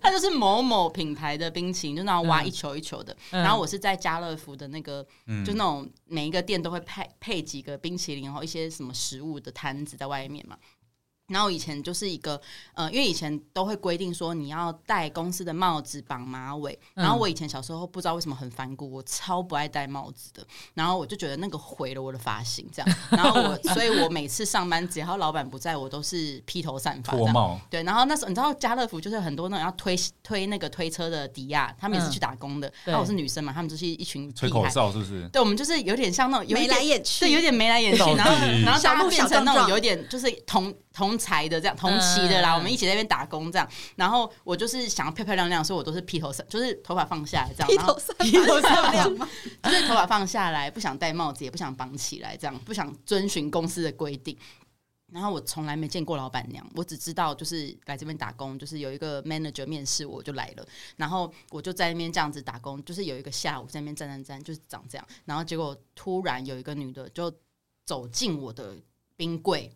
Speaker 3: 它就是某某品牌的冰淇淋，就那种挖
Speaker 2: 嗯
Speaker 3: 一球一球的。
Speaker 2: 嗯
Speaker 3: 然后我是在家乐福的那个，
Speaker 1: 嗯
Speaker 3: 就那种每一个店都会配配几个冰淇淋，然后一些什么食物的摊子在外面嘛。然后以前就是一个，呃，因为以前都会规定说你要戴公司的帽子、绑马尾。
Speaker 2: 嗯
Speaker 3: 然后我以前小时候不知道为什么很反骨，我超不爱戴帽子的。然后我就觉得那个毁了我的发型，这样。然后我，所以我每次上班只要老板不在我都是披头散发这
Speaker 1: 脱
Speaker 3: 样。
Speaker 1: 帽，
Speaker 3: 对，然后那时候你知道家乐福就是很多那种要推推那个推车的迪亚，他
Speaker 1: 嗯
Speaker 3: 们也是去打工的。
Speaker 2: 对
Speaker 3: 那、我是女生嘛，他们就是一群
Speaker 1: 吹
Speaker 3: 屁
Speaker 1: 口
Speaker 3: 孩
Speaker 1: 哨是不是？
Speaker 3: 对，我们就是有点像那种有一
Speaker 4: 眉来
Speaker 3: 点，
Speaker 4: 眼去，
Speaker 3: 对，有点眉来眼去，然
Speaker 1: 到
Speaker 3: 后
Speaker 1: 底
Speaker 3: 然后
Speaker 4: 小
Speaker 3: 大家
Speaker 4: 鹿
Speaker 3: 变
Speaker 4: 小
Speaker 3: 成
Speaker 4: 壮
Speaker 3: 那种
Speaker 4: 壮嗯
Speaker 3: 有点就是同同才的这样同期的啦，我们一起在那边打工这样。然后我就是想要漂漂亮亮，所以我都是披头散，就是头发放下来这样，
Speaker 4: 披
Speaker 3: 然后
Speaker 4: 头散
Speaker 2: 披头散发
Speaker 4: 发 (laughs) 亮吗？
Speaker 3: 就是头发放下来，不想戴帽子，也不想绑起来，这样不想遵循公司的规定。然后我从来没见过老板娘，我只知道就是来这边打工，就是有一个 manager 面试我就来了，然后我就在那边这样子打工，就是有一个下午在那边站站站，就是长这样。然后结果突然有一个女的就走进我的冰柜。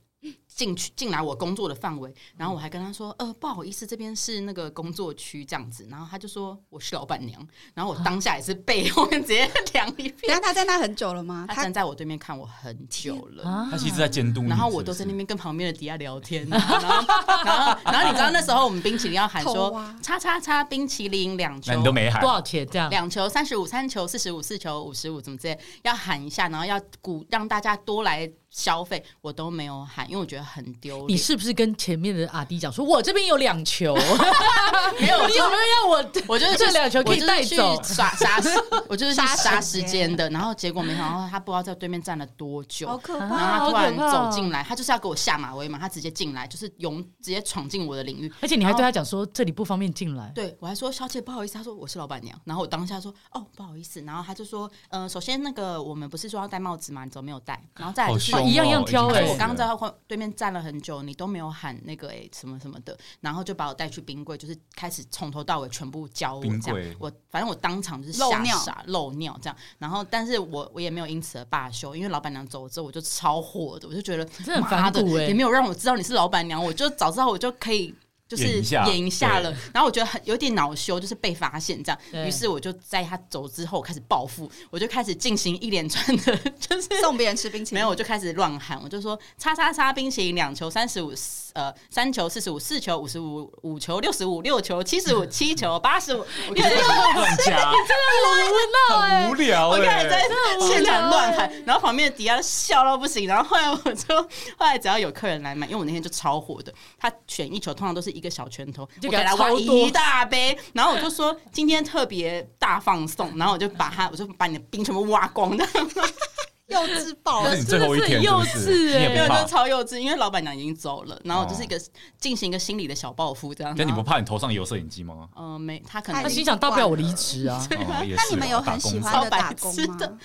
Speaker 3: 进去进来我工作的范围，然后我还跟她说，呃，不好意思，这边是那个工作区这样子，然后她就说我是老板娘，然后我当下也是背后面直接 (laughs) 凉一
Speaker 4: 等一
Speaker 3: 片，
Speaker 4: 下他在那很久了吗？
Speaker 3: 她
Speaker 4: 他
Speaker 3: 站在我对面看我很久了，
Speaker 2: 啊
Speaker 1: 他其实在监督你，
Speaker 3: 然后我都在
Speaker 1: 是
Speaker 3: 那
Speaker 1: 不是
Speaker 3: 边跟旁边的迪亚聊天，
Speaker 2: (laughs)
Speaker 3: 啊然后然后然后你知道那时候我们冰淇淋要喊
Speaker 4: 偷
Speaker 3: 说
Speaker 4: 啊
Speaker 3: 叉叉叉冰淇淋两球
Speaker 1: 那，你都没喊
Speaker 2: 多，少钱这样？
Speaker 3: 两球三十五、三球四十五、四球五十五，怎么之类，要喊一下，然后要鼓让大家多来消费，我都没有喊，因为我觉得很丢
Speaker 2: 你
Speaker 3: 脸。
Speaker 2: 是不是跟前面的阿迪讲说，我这边有两球，你
Speaker 3: (laughs) 没
Speaker 2: (laughs)
Speaker 3: 有，我就
Speaker 2: 有没有要我？
Speaker 3: 我就是
Speaker 2: 这两球可以带
Speaker 3: 我
Speaker 2: 走
Speaker 3: 就是去耍
Speaker 2: (laughs)
Speaker 3: 杀时，我就是去
Speaker 4: 杀时
Speaker 3: 杀时间的。然后结果没想到他不知道在对面站了多久，
Speaker 4: 好可
Speaker 2: 啊
Speaker 4: 怕，
Speaker 3: 然后他突然
Speaker 2: 好可怕哦
Speaker 3: 走进来，他就是要给我下马威嘛，他直接进来就是涌直接闯进我的领域。
Speaker 2: 而且你还对他讲说这里不方便进来，
Speaker 3: 对我还说小姐不好意思，她说我是老板娘，然后我当下说哦不好意思，然后她就说嗯、呃首先那个我们不是说要戴帽子吗？你怎么没有戴？然后再来
Speaker 1: 好
Speaker 3: 就是
Speaker 1: 凶哦，
Speaker 2: 一样一样挑
Speaker 1: 已经
Speaker 2: 欸
Speaker 1: 开始
Speaker 3: 我
Speaker 2: (laughs)
Speaker 3: 刚刚
Speaker 1: 了
Speaker 3: 在他对面站了很久，你都没有喊那个哎、欸什么什么的，然后就把我带去冰柜，就是开始从头到尾全部教我
Speaker 1: 冰
Speaker 3: 这
Speaker 1: 柜
Speaker 3: 样。我反正我当场就是
Speaker 4: 漏
Speaker 3: 吓
Speaker 4: 尿
Speaker 3: 傻漏尿这样，然后但是我我也没有因此而罢休，因为老板娘走了之后我就超火的，我就觉得
Speaker 2: 真的很
Speaker 3: 妈
Speaker 2: 反
Speaker 3: 的
Speaker 2: 骨哎
Speaker 3: 也。没有让我知道你是老板娘，我就早知道我就可以。就是
Speaker 1: 演一下
Speaker 3: 演一下了，然后我觉得很有点恼羞，就是被发现这样，
Speaker 2: 对
Speaker 3: 于是我就在他走之后开始报复，我就开始进行一连串的，就是
Speaker 4: (laughs) 送别人吃冰淇淋，
Speaker 3: 没有，我就开始乱喊，我就说叉叉叉冰淇淋两球三十五，呃，三球四十五，四球五十五，五球六十五，六球七十五，七球八十五，我开始
Speaker 1: 乱加，真的很无聊
Speaker 3: 我开始在
Speaker 1: 哎。
Speaker 3: 现
Speaker 2: 欸
Speaker 3: 场乱喊，然后旁边的迪亚笑到不行，然后后来我就后来只要有客人来买，因为我那天就超火的，他选一球通常都是一个小拳头，
Speaker 2: 就
Speaker 3: 我
Speaker 2: 给
Speaker 3: 给
Speaker 2: 他
Speaker 3: 他挖
Speaker 2: 超多
Speaker 3: 一大杯，然后我就说今天特别大放送，然后我就把他我就把你的冰全部挖光的。
Speaker 4: 幼稚爆
Speaker 1: 那
Speaker 4: 了
Speaker 1: 是。你最后一天是不是
Speaker 2: 真的是很幼稚欸
Speaker 1: 你
Speaker 3: 没
Speaker 1: 也
Speaker 3: 有，
Speaker 1: 不
Speaker 3: 就
Speaker 1: 怕
Speaker 3: 是，超幼稚，因为老板娘已经走了，然后我就是
Speaker 2: 哦
Speaker 3: 一个进行一个心理的小报复这样。
Speaker 1: 那你不
Speaker 3: 然后？
Speaker 1: 怕你头上有摄影机
Speaker 3: (laughs)
Speaker 1: 吗？
Speaker 3: 呃，没，他可
Speaker 2: 他
Speaker 3: 能
Speaker 4: 太
Speaker 2: 心想，大不了我离职
Speaker 3: (laughs)
Speaker 2: 啊。
Speaker 1: 哦也
Speaker 4: 那
Speaker 1: 是
Speaker 4: 你们
Speaker 1: 啊
Speaker 4: 有
Speaker 1: 打
Speaker 4: 很喜
Speaker 1: 工
Speaker 4: 欢
Speaker 1: 仔
Speaker 4: 的打工
Speaker 3: 超白痴的
Speaker 4: 吗？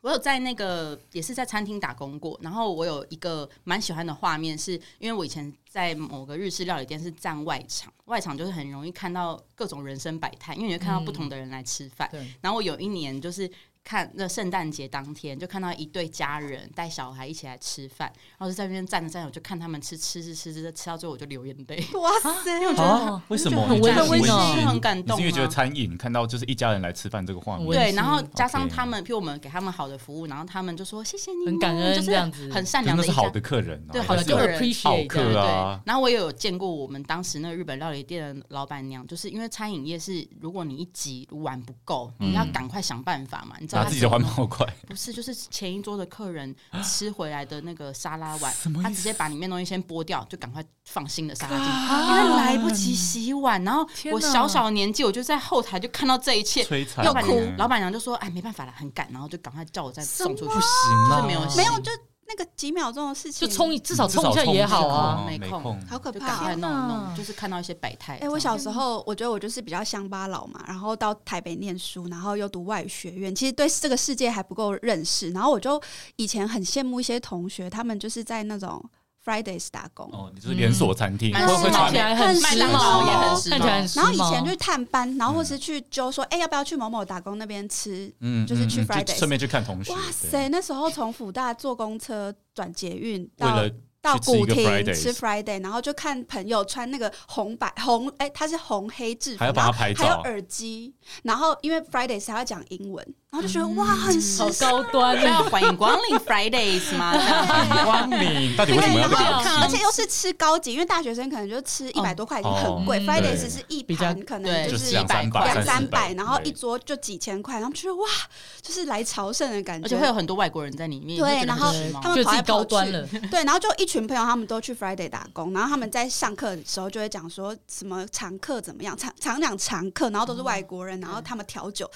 Speaker 3: 我有在那个也是在餐厅打工过，然后我有一个蛮喜欢的画面是，因为我以前在某个日式料理店是站外场，外场就是很容易看到各种人生百态，因为你会看到
Speaker 2: 嗯
Speaker 3: 不同的人来吃饭。
Speaker 2: 对，
Speaker 3: 然后我有一年就是看那圣诞节当天，就看到一对家人带小孩一起来吃饭，然后就在那边站着站着，我就看他们吃吃吃吃吃，吃到最后我就流眼泪。
Speaker 4: (laughs) 哇塞！
Speaker 3: 因为我觉得很
Speaker 1: (laughs) 啊？为什么？
Speaker 2: 很
Speaker 1: 你觉得
Speaker 2: 温馨
Speaker 1: 很
Speaker 3: 很感动
Speaker 1: 你是因为觉得
Speaker 3: 啊
Speaker 1: 餐饮看到就是一家人来吃饭这个画
Speaker 2: 很
Speaker 1: 面，
Speaker 2: (laughs) 温
Speaker 3: 对，
Speaker 2: 馨
Speaker 3: 然后加上
Speaker 1: OK
Speaker 3: 他们，譬如我们给他们好的服务，然后他们就说谢谢你们，
Speaker 2: 很感恩
Speaker 3: 就是
Speaker 2: 这样子
Speaker 3: 很善
Speaker 1: 真
Speaker 3: 良
Speaker 1: 的
Speaker 3: 的一
Speaker 1: 是
Speaker 3: 家。
Speaker 1: 好的客人哦，
Speaker 3: 对
Speaker 1: 还
Speaker 3: 好的
Speaker 1: 是
Speaker 3: 客
Speaker 1: 有
Speaker 3: 人
Speaker 1: 好
Speaker 2: appreciate 这
Speaker 1: 客
Speaker 2: 样
Speaker 3: 对
Speaker 1: 啊，
Speaker 3: 然后我也有见过我们当时那个日本料理店的老板娘，就是因为餐饮业是，如果你一集碗不够，
Speaker 1: 嗯
Speaker 3: 你要赶快想办法嘛。你知道
Speaker 1: 拿
Speaker 3: 她
Speaker 1: 自己的
Speaker 3: 怎
Speaker 1: 环
Speaker 3: 么
Speaker 1: 保筷，
Speaker 3: (laughs) 不是，就是前一桌的客人吃回来的那个沙拉碗
Speaker 1: 什么，意思
Speaker 3: 他直接把里面东西先剥掉，就赶快放新的沙拉进
Speaker 1: 啊
Speaker 3: 去，因为来不及洗碗。然后
Speaker 2: 天
Speaker 3: 我
Speaker 2: 哪
Speaker 3: 小小的年纪，我就在后台就看到这一切，
Speaker 1: 摧残
Speaker 3: 老板
Speaker 1: 你
Speaker 3: 娘老板娘就说：“哎，没办法了，很赶，然后就赶快叫我再送出
Speaker 1: 不。
Speaker 3: 去
Speaker 1: 行
Speaker 3: 就
Speaker 1: 啊，
Speaker 3: 是没有
Speaker 4: 没有，就那个几秒钟的事
Speaker 2: 就
Speaker 4: 情，
Speaker 2: 冲一，至少
Speaker 1: 至
Speaker 2: 冲
Speaker 1: 少
Speaker 2: 一下也好啊。
Speaker 1: 没
Speaker 3: 没
Speaker 1: 空，
Speaker 3: 空
Speaker 4: 好可”
Speaker 3: 就赶
Speaker 4: 怕
Speaker 3: 快
Speaker 4: 哦。
Speaker 3: 弄一
Speaker 2: 天哪
Speaker 3: 弄，就是看到一些百态。
Speaker 4: 哎、我小时候我觉得我就是比较乡巴佬嘛，然后到台北念书，然后又读外语学院，其实对这个世界还不够认识。然后我就以前很羡慕一些同学，他们就是在那种 Fridays 打工。
Speaker 1: 哦，你就是连锁餐厅，
Speaker 3: 嗯
Speaker 1: 会会
Speaker 3: 蛮时髦
Speaker 1: 传
Speaker 2: 看起来很时
Speaker 4: 麦
Speaker 3: 当劳也
Speaker 2: 髦，
Speaker 3: 很
Speaker 2: 啊
Speaker 3: 时髦
Speaker 2: 看起来很时髦。
Speaker 4: 然后以前去探班，然后或是去揪说，哎、要不要去某某打工那边吃？
Speaker 1: 嗯，
Speaker 4: 就是
Speaker 1: 嗯
Speaker 4: 去
Speaker 1: 嗯
Speaker 4: Fridays
Speaker 1: 顺便去看同学。
Speaker 4: 哇
Speaker 1: 对，
Speaker 4: 塞，那时候从辅大坐公车转捷运
Speaker 1: 为
Speaker 4: 到
Speaker 1: 了
Speaker 4: 到
Speaker 1: 去吃一
Speaker 4: 古
Speaker 1: 个
Speaker 4: 亭
Speaker 1: Fridays
Speaker 4: 吃 Friday，然后就看朋友穿那个红白红，哎、他是红黑制服，
Speaker 1: 还要帮
Speaker 4: 然
Speaker 1: 他
Speaker 4: 后
Speaker 1: 拍
Speaker 4: 还有
Speaker 1: 照，
Speaker 4: 耳机，然后因为 Fridays 还要讲英文，然后就觉得、哇，很时
Speaker 2: 好高端
Speaker 3: 那要
Speaker 2: 啊！
Speaker 3: 欢迎光临 Fridays
Speaker 2: (laughs)
Speaker 3: 吗？这样
Speaker 1: 光你到底为什么要这
Speaker 2: 那个很好
Speaker 1: 个
Speaker 2: 看
Speaker 4: 而且又是吃高级，因为大学生可能就吃一百多块已经很贵、
Speaker 2: 哦
Speaker 4: f r i d a y
Speaker 1: 嗯对
Speaker 4: s 是一
Speaker 2: 比较
Speaker 4: 盘可
Speaker 3: 对，
Speaker 4: 能
Speaker 1: 就是两
Speaker 3: 百
Speaker 1: 三百
Speaker 4: 两
Speaker 1: 三
Speaker 4: 三
Speaker 1: 四百
Speaker 4: 百，然后
Speaker 1: 对
Speaker 4: 一桌就几千块，然后觉得哇，就是来朝圣的感觉，
Speaker 3: 而且会有很多外国人在里面，
Speaker 4: 对
Speaker 3: 你会觉得很时
Speaker 2: 对
Speaker 3: 髦
Speaker 4: 他们
Speaker 2: 觉得
Speaker 4: 跑
Speaker 2: 自
Speaker 4: 来
Speaker 2: 己
Speaker 4: 跑
Speaker 2: 高端
Speaker 4: 去
Speaker 2: 了，
Speaker 4: 对，然后就一群朋友，他们都去 Friday 打工，然后他们在上课的时候就会讲说什么常客怎么样，常常讲常客，然后都是外国人，然
Speaker 3: 哦
Speaker 4: 后他们调酒，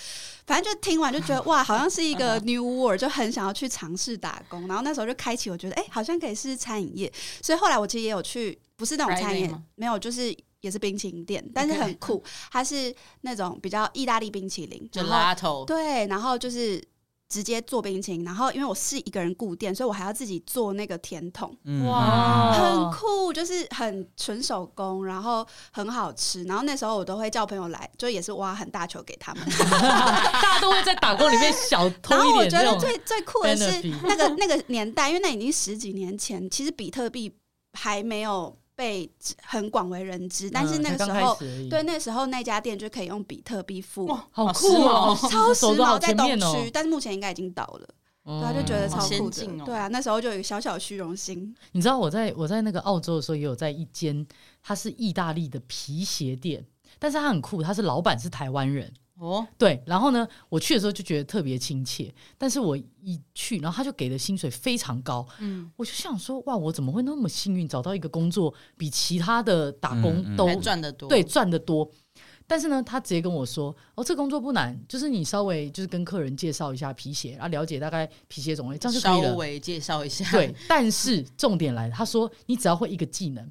Speaker 4: 反正就听完就觉得哇，好像是一
Speaker 3: 嗯
Speaker 4: 个 new world，就很想要去尝试打工。然后那时候就开启，我觉得哎、好像可以试试餐饮业，所以后来我其实也有去，不是那种餐
Speaker 3: Friday
Speaker 4: 饮业
Speaker 3: 吗，嗯
Speaker 4: 没有，就是也是冰淇淋店，但是很酷，它是那种比较意大利冰淇淋，
Speaker 3: 就
Speaker 4: 然后
Speaker 3: 拉头，
Speaker 4: 对，然后就是直接做冰淇淋，然后因为我是一个人顾店，所以我还要自己做那个甜筒，
Speaker 1: 嗯
Speaker 2: 哇哦
Speaker 4: 很酷，就是很纯手工，然后很好吃。然后那时候我都会叫朋友来，就也是挖很大球给
Speaker 2: (laughs)
Speaker 4: 他们。
Speaker 2: 大家都会在打工里面小
Speaker 4: (laughs) 然后
Speaker 2: 偷
Speaker 4: 我
Speaker 2: 一点
Speaker 4: 觉
Speaker 2: 那
Speaker 4: 得
Speaker 2: 种
Speaker 4: 最最酷的是
Speaker 2: benefit。
Speaker 4: 那个那个年代，因为那已经十几年前，其实比特币还没有被很广为人知，但是
Speaker 2: 嗯
Speaker 4: 那
Speaker 2: 才
Speaker 4: 个时
Speaker 2: 刚
Speaker 4: 候
Speaker 2: 开。始而已
Speaker 4: 对，那时候那家店就可以用比特币付，
Speaker 3: 哇，
Speaker 2: 好
Speaker 3: 时
Speaker 2: 酷哦
Speaker 3: 髦，
Speaker 4: 超时
Speaker 2: 走得好
Speaker 4: 髦，在
Speaker 2: 前
Speaker 4: 东
Speaker 2: 面哦哦
Speaker 4: 区，但是目前应该已经倒了。
Speaker 2: 对
Speaker 4: 对啊，就觉得
Speaker 3: 好
Speaker 4: 超
Speaker 3: 先
Speaker 4: 酷
Speaker 3: 进哦
Speaker 4: 的。对啊，那时候就有一个小小的虚荣心。
Speaker 2: 你知道我在我在那个澳洲的时候，也有在一间，它是意大利的皮鞋店，但是它很酷，它是老板是台湾人。
Speaker 3: 哦，
Speaker 2: 对，然后呢，我去的时候就觉得特别亲切，但是我一去，然后他就给的薪水非常高，
Speaker 3: 嗯，
Speaker 2: 我就想说，哇，我怎么会那么幸运找到一个工作比其他的打
Speaker 1: 嗯
Speaker 2: 工
Speaker 1: 嗯
Speaker 2: 都、
Speaker 3: 哦还赚得多，
Speaker 2: 对，赚的多。但是呢，他直接跟我说：“哦，这工作不难，就是你稍微就是跟客人介绍一下皮鞋，然后了解大概皮鞋种类，这样就可
Speaker 3: 稍
Speaker 2: 以了。”
Speaker 3: 微介绍一下，
Speaker 2: 对，但是重点来了，他说你只要会一个技能，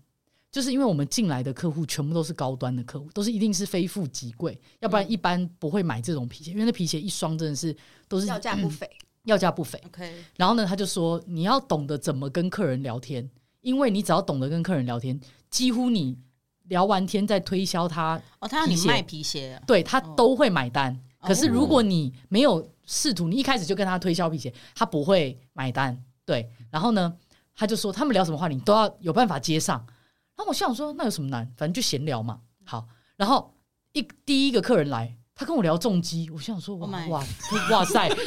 Speaker 2: 就是因为我们进来的客户全部都是高端的客户，都是一定是非富即贵，要
Speaker 4: 嗯
Speaker 2: 不然一般不会买这种皮鞋，因为那皮鞋一双真的是都是嗯
Speaker 4: 要价不嗯菲，
Speaker 2: 要价不菲。
Speaker 3: ，OK，
Speaker 2: 然后呢，他就说你要懂得怎么跟客人聊天，因为你只要懂得跟客人聊天，几乎你聊完天再推销他，
Speaker 3: 哦，他让你
Speaker 2: 皮鞋
Speaker 3: 卖皮鞋啊，
Speaker 2: 对他
Speaker 3: 哦
Speaker 2: 都会买单。可是如
Speaker 1: 哦
Speaker 2: 果你没有试图，你一开始就跟他推销皮鞋，他不会买单。对，然后呢，他就说他们聊什么话，你都要有办法接上。然后我想说，那有什么难？反正就闲聊嘛。好，然后一第一个客人来。他跟我聊重击，我想说哇
Speaker 3: Oh my
Speaker 2: 哇哇塞重击，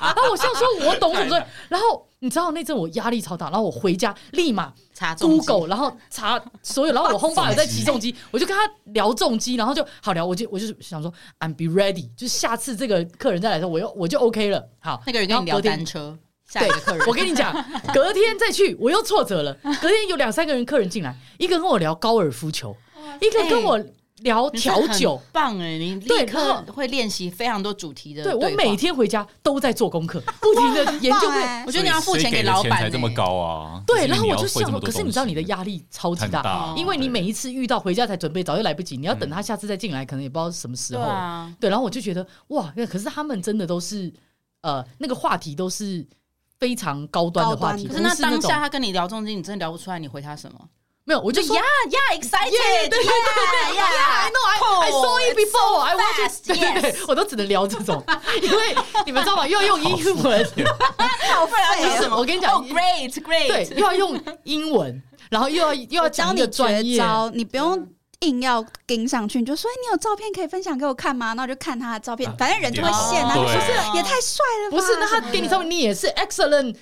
Speaker 2: 然后我想说我懂什么东西，然后你知道那阵我压力超大，然后我回家立马
Speaker 3: 查重击
Speaker 2: Google，然后查所有，然后我轰爸有在骑重
Speaker 3: (laughs)
Speaker 2: 机，我就跟他聊重机，然后就好聊，我就我就想说，I'm be ready，就是下次这个客人再来的时候，我又我就 OK 了。好，
Speaker 3: 那个人跟你
Speaker 2: 然
Speaker 3: 聊
Speaker 2: 后隔天
Speaker 3: 单车，下一
Speaker 2: 对
Speaker 3: 个客人，
Speaker 2: 我跟你讲，
Speaker 3: (laughs)
Speaker 2: 隔天再去我又挫折了。隔天有两三个人客人进来，一个跟我聊高尔夫球，一个跟我聊
Speaker 3: 你真的
Speaker 2: 调
Speaker 3: 很
Speaker 2: 酒。
Speaker 3: 棒哎，你立
Speaker 2: 对
Speaker 3: 刻
Speaker 2: 然
Speaker 3: 会练习非常多主题的，
Speaker 2: 对我每，天回家都在做功课，不停的研究各
Speaker 4: 很棒欸
Speaker 3: 我觉得
Speaker 1: 所以
Speaker 3: 你要付
Speaker 1: 谁
Speaker 3: 钱
Speaker 1: 给的
Speaker 3: 老
Speaker 1: 钱
Speaker 3: 板
Speaker 1: 才这么
Speaker 3: 欸
Speaker 1: 高啊。
Speaker 2: 对，
Speaker 1: 是
Speaker 2: 然后
Speaker 1: 你
Speaker 2: 我
Speaker 1: 要
Speaker 2: 就
Speaker 1: 会这
Speaker 2: 想
Speaker 1: 么
Speaker 2: 说，
Speaker 1: 多
Speaker 2: 可是
Speaker 1: 东
Speaker 2: 你知道你的
Speaker 1: 西
Speaker 2: 压力超级
Speaker 1: 很大
Speaker 3: 哦，
Speaker 2: 因为你每一次遇到回家才准备，早就来不及，你要等
Speaker 1: 嗯
Speaker 2: 他下次再进来，可能也不知道什么时
Speaker 3: 对
Speaker 2: 候。
Speaker 3: 啊，
Speaker 2: 对，然后我就觉得哇，那可是他们真的都是呃，那个话题都是非常高端的
Speaker 4: 高端
Speaker 2: 话题，
Speaker 4: 的
Speaker 3: 可
Speaker 2: 不
Speaker 3: 是
Speaker 2: 是
Speaker 3: 那当
Speaker 2: 种
Speaker 3: 下他跟你聊重金，你真的聊不出来，你回他什么？
Speaker 2: 没有，我就说哎
Speaker 3: 呀呀
Speaker 2: 对对
Speaker 3: ，excited，
Speaker 2: 对对
Speaker 3: 呀哎
Speaker 2: ，I know 哎 I I saw it before I watched it，
Speaker 3: fast,
Speaker 2: 对对 (laughs) 对，我都只能聊这种， (laughs) 因为你们知道吗？又要用英
Speaker 3: (laughs)
Speaker 2: 文，
Speaker 4: 好费
Speaker 3: 不然要讲什么？
Speaker 2: 我跟你讲
Speaker 3: 哦，great
Speaker 2: 对
Speaker 3: great，，
Speaker 2: 又要用英文，然后又要又要
Speaker 4: 我教
Speaker 2: 讲一
Speaker 4: 你
Speaker 2: 个专
Speaker 4: 绝
Speaker 2: 业，嗯
Speaker 4: 招，你不用硬要跟上去，你就说哎你有照片可以分享给我看吗？那我就看他的照片
Speaker 1: 啊，
Speaker 4: 反正人就会陷啊，
Speaker 1: 对
Speaker 4: 就说也太帅
Speaker 3: (laughs)
Speaker 4: 了吧，
Speaker 2: 不是？那他
Speaker 4: 什么
Speaker 2: 给你上面你也是 excellent。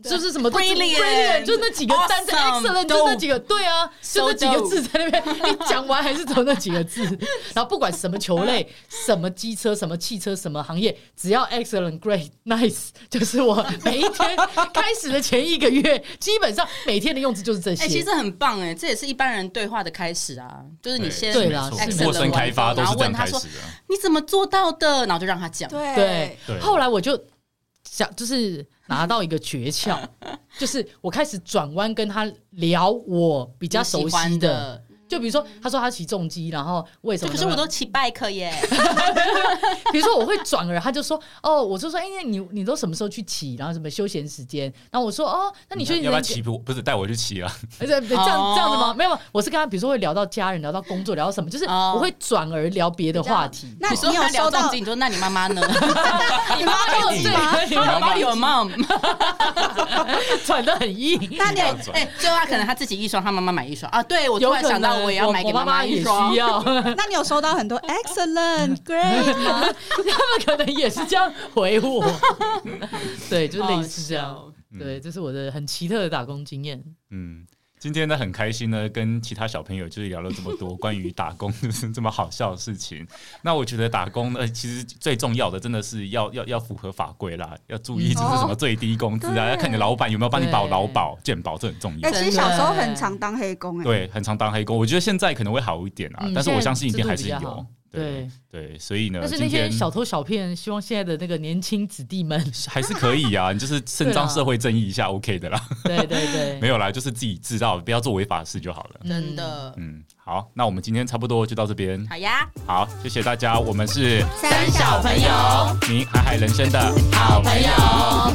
Speaker 2: 就是什么
Speaker 3: 啊 Brilliant，
Speaker 2: brilliant，就那几个单词
Speaker 3: awesome，
Speaker 2: excellent，就那几个对啊，就那几个字在那边，你讲完还是走那几个字。然后不管什么球类、什么机车、什么汽车、什么行业，只要 excellent、great、nice，就是我每一天开始的前一个月，基本上每天的用字就是这
Speaker 3: 哎，其
Speaker 2: 些。
Speaker 3: 实很棒哎，这也是一般人对话的开始啊，就是你先
Speaker 2: 对啦
Speaker 1: 啦，
Speaker 2: 是
Speaker 1: 陌生
Speaker 3: excellent
Speaker 1: 开发都
Speaker 3: 然后
Speaker 1: 是这样
Speaker 3: 问他
Speaker 1: 开始
Speaker 3: 说
Speaker 1: 的。
Speaker 3: 你怎么做到的，然后就让他讲，
Speaker 4: 对
Speaker 2: 对，
Speaker 1: 对
Speaker 2: 后来我就想，就是拿到一个诀窍，就是我开始转弯跟他聊我比
Speaker 3: 比 (laughs)
Speaker 2: 较熟悉的。，就比如说，他说他骑重机，然后为什么？
Speaker 3: 可是我都骑 bike 耶，
Speaker 2: (laughs) 比如说我会转而他就说哦，我就说哎、你你都什么时候去骑？然后什么休闲时间？然后我说哦，那你休闲
Speaker 1: 要不要
Speaker 2: 时间
Speaker 1: 骑？不不是带我去骑啊？
Speaker 2: 呃这这样
Speaker 3: 哦
Speaker 2: 这样子吗？没有，我是跟他比如说会聊到家人，聊到工作，聊到什么，就是
Speaker 3: 哦
Speaker 2: 我会转而聊别的话
Speaker 3: (laughs)
Speaker 2: 题。
Speaker 4: 那
Speaker 3: 你说
Speaker 4: 你有
Speaker 3: 他
Speaker 4: 收
Speaker 3: 聊
Speaker 4: 到
Speaker 3: 重机，你说那你妈妈
Speaker 2: (laughs)
Speaker 3: 呢？
Speaker 2: 你妈
Speaker 1: 妈
Speaker 2: 就是
Speaker 1: 对
Speaker 2: 你妈妈
Speaker 3: 有 mom，
Speaker 2: (laughs) 转的很 (laughs) 硬。
Speaker 4: 那你
Speaker 1: 这
Speaker 4: 有
Speaker 1: 样子啊
Speaker 3: 哎，最后他可能他自己一双，他妈妈买一双啊。对，我突
Speaker 2: 有
Speaker 3: 然
Speaker 2: 可
Speaker 3: 想到，
Speaker 2: 能
Speaker 3: 我也要买给
Speaker 2: 我妈
Speaker 3: 妈
Speaker 2: 也
Speaker 3: 一
Speaker 2: 需
Speaker 3: 双。
Speaker 2: 要， (laughs) 他们
Speaker 4: 那你有收到很多 excellent (laughs) great 吗？
Speaker 2: 可能也是这样回
Speaker 3: (laughs)
Speaker 2: 我。对，就是
Speaker 3: 哦
Speaker 2: 类似这
Speaker 3: 好
Speaker 2: 样
Speaker 3: 好。笑。
Speaker 1: 嗯
Speaker 2: 对，这是我的很奇特的打工经验。
Speaker 1: 嗯，今天呢很开心呢，跟其他小朋友就是聊了这么多关于打工 (laughs) 就是这么好笑的事情。那我觉得打工呢，其实最重要的真的是要要要符合法规啦，要注意
Speaker 2: 嗯
Speaker 1: 就是什么最低工资啊，
Speaker 4: 对
Speaker 1: 要看你老板有没有帮你保
Speaker 2: 对
Speaker 1: 劳保、健保，这很重要
Speaker 4: 哎、。其实小时候很常当黑工哎、
Speaker 1: 对，很常当黑工，我觉得现在可能会好一点啊，
Speaker 2: 嗯
Speaker 1: 但是我
Speaker 2: 现在
Speaker 1: 相信一定还是
Speaker 2: 制度比较
Speaker 1: 有
Speaker 2: 好。对，
Speaker 1: 对，所以呢，
Speaker 2: 但是
Speaker 1: 呃今
Speaker 2: 那些
Speaker 1: 天
Speaker 2: 小偷小骗，希望现在的那个年轻子弟们， (laughs)
Speaker 1: 还是可以啊，你就是伸张社会正义一下，OK 的啦。
Speaker 2: 对对对，
Speaker 1: 没有啦，就是自己知道，不要做违法的事就好了。
Speaker 2: 嗯
Speaker 3: 真。的，
Speaker 1: 嗯，好，那我们今天差不多就到这边。
Speaker 3: 好呀，
Speaker 1: 好，谢谢大家，我们是
Speaker 4: 三小朋友
Speaker 1: 您海海人生的好
Speaker 2: 朋友，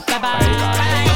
Speaker 2: 拜拜
Speaker 1: 拜拜
Speaker 3: 拜。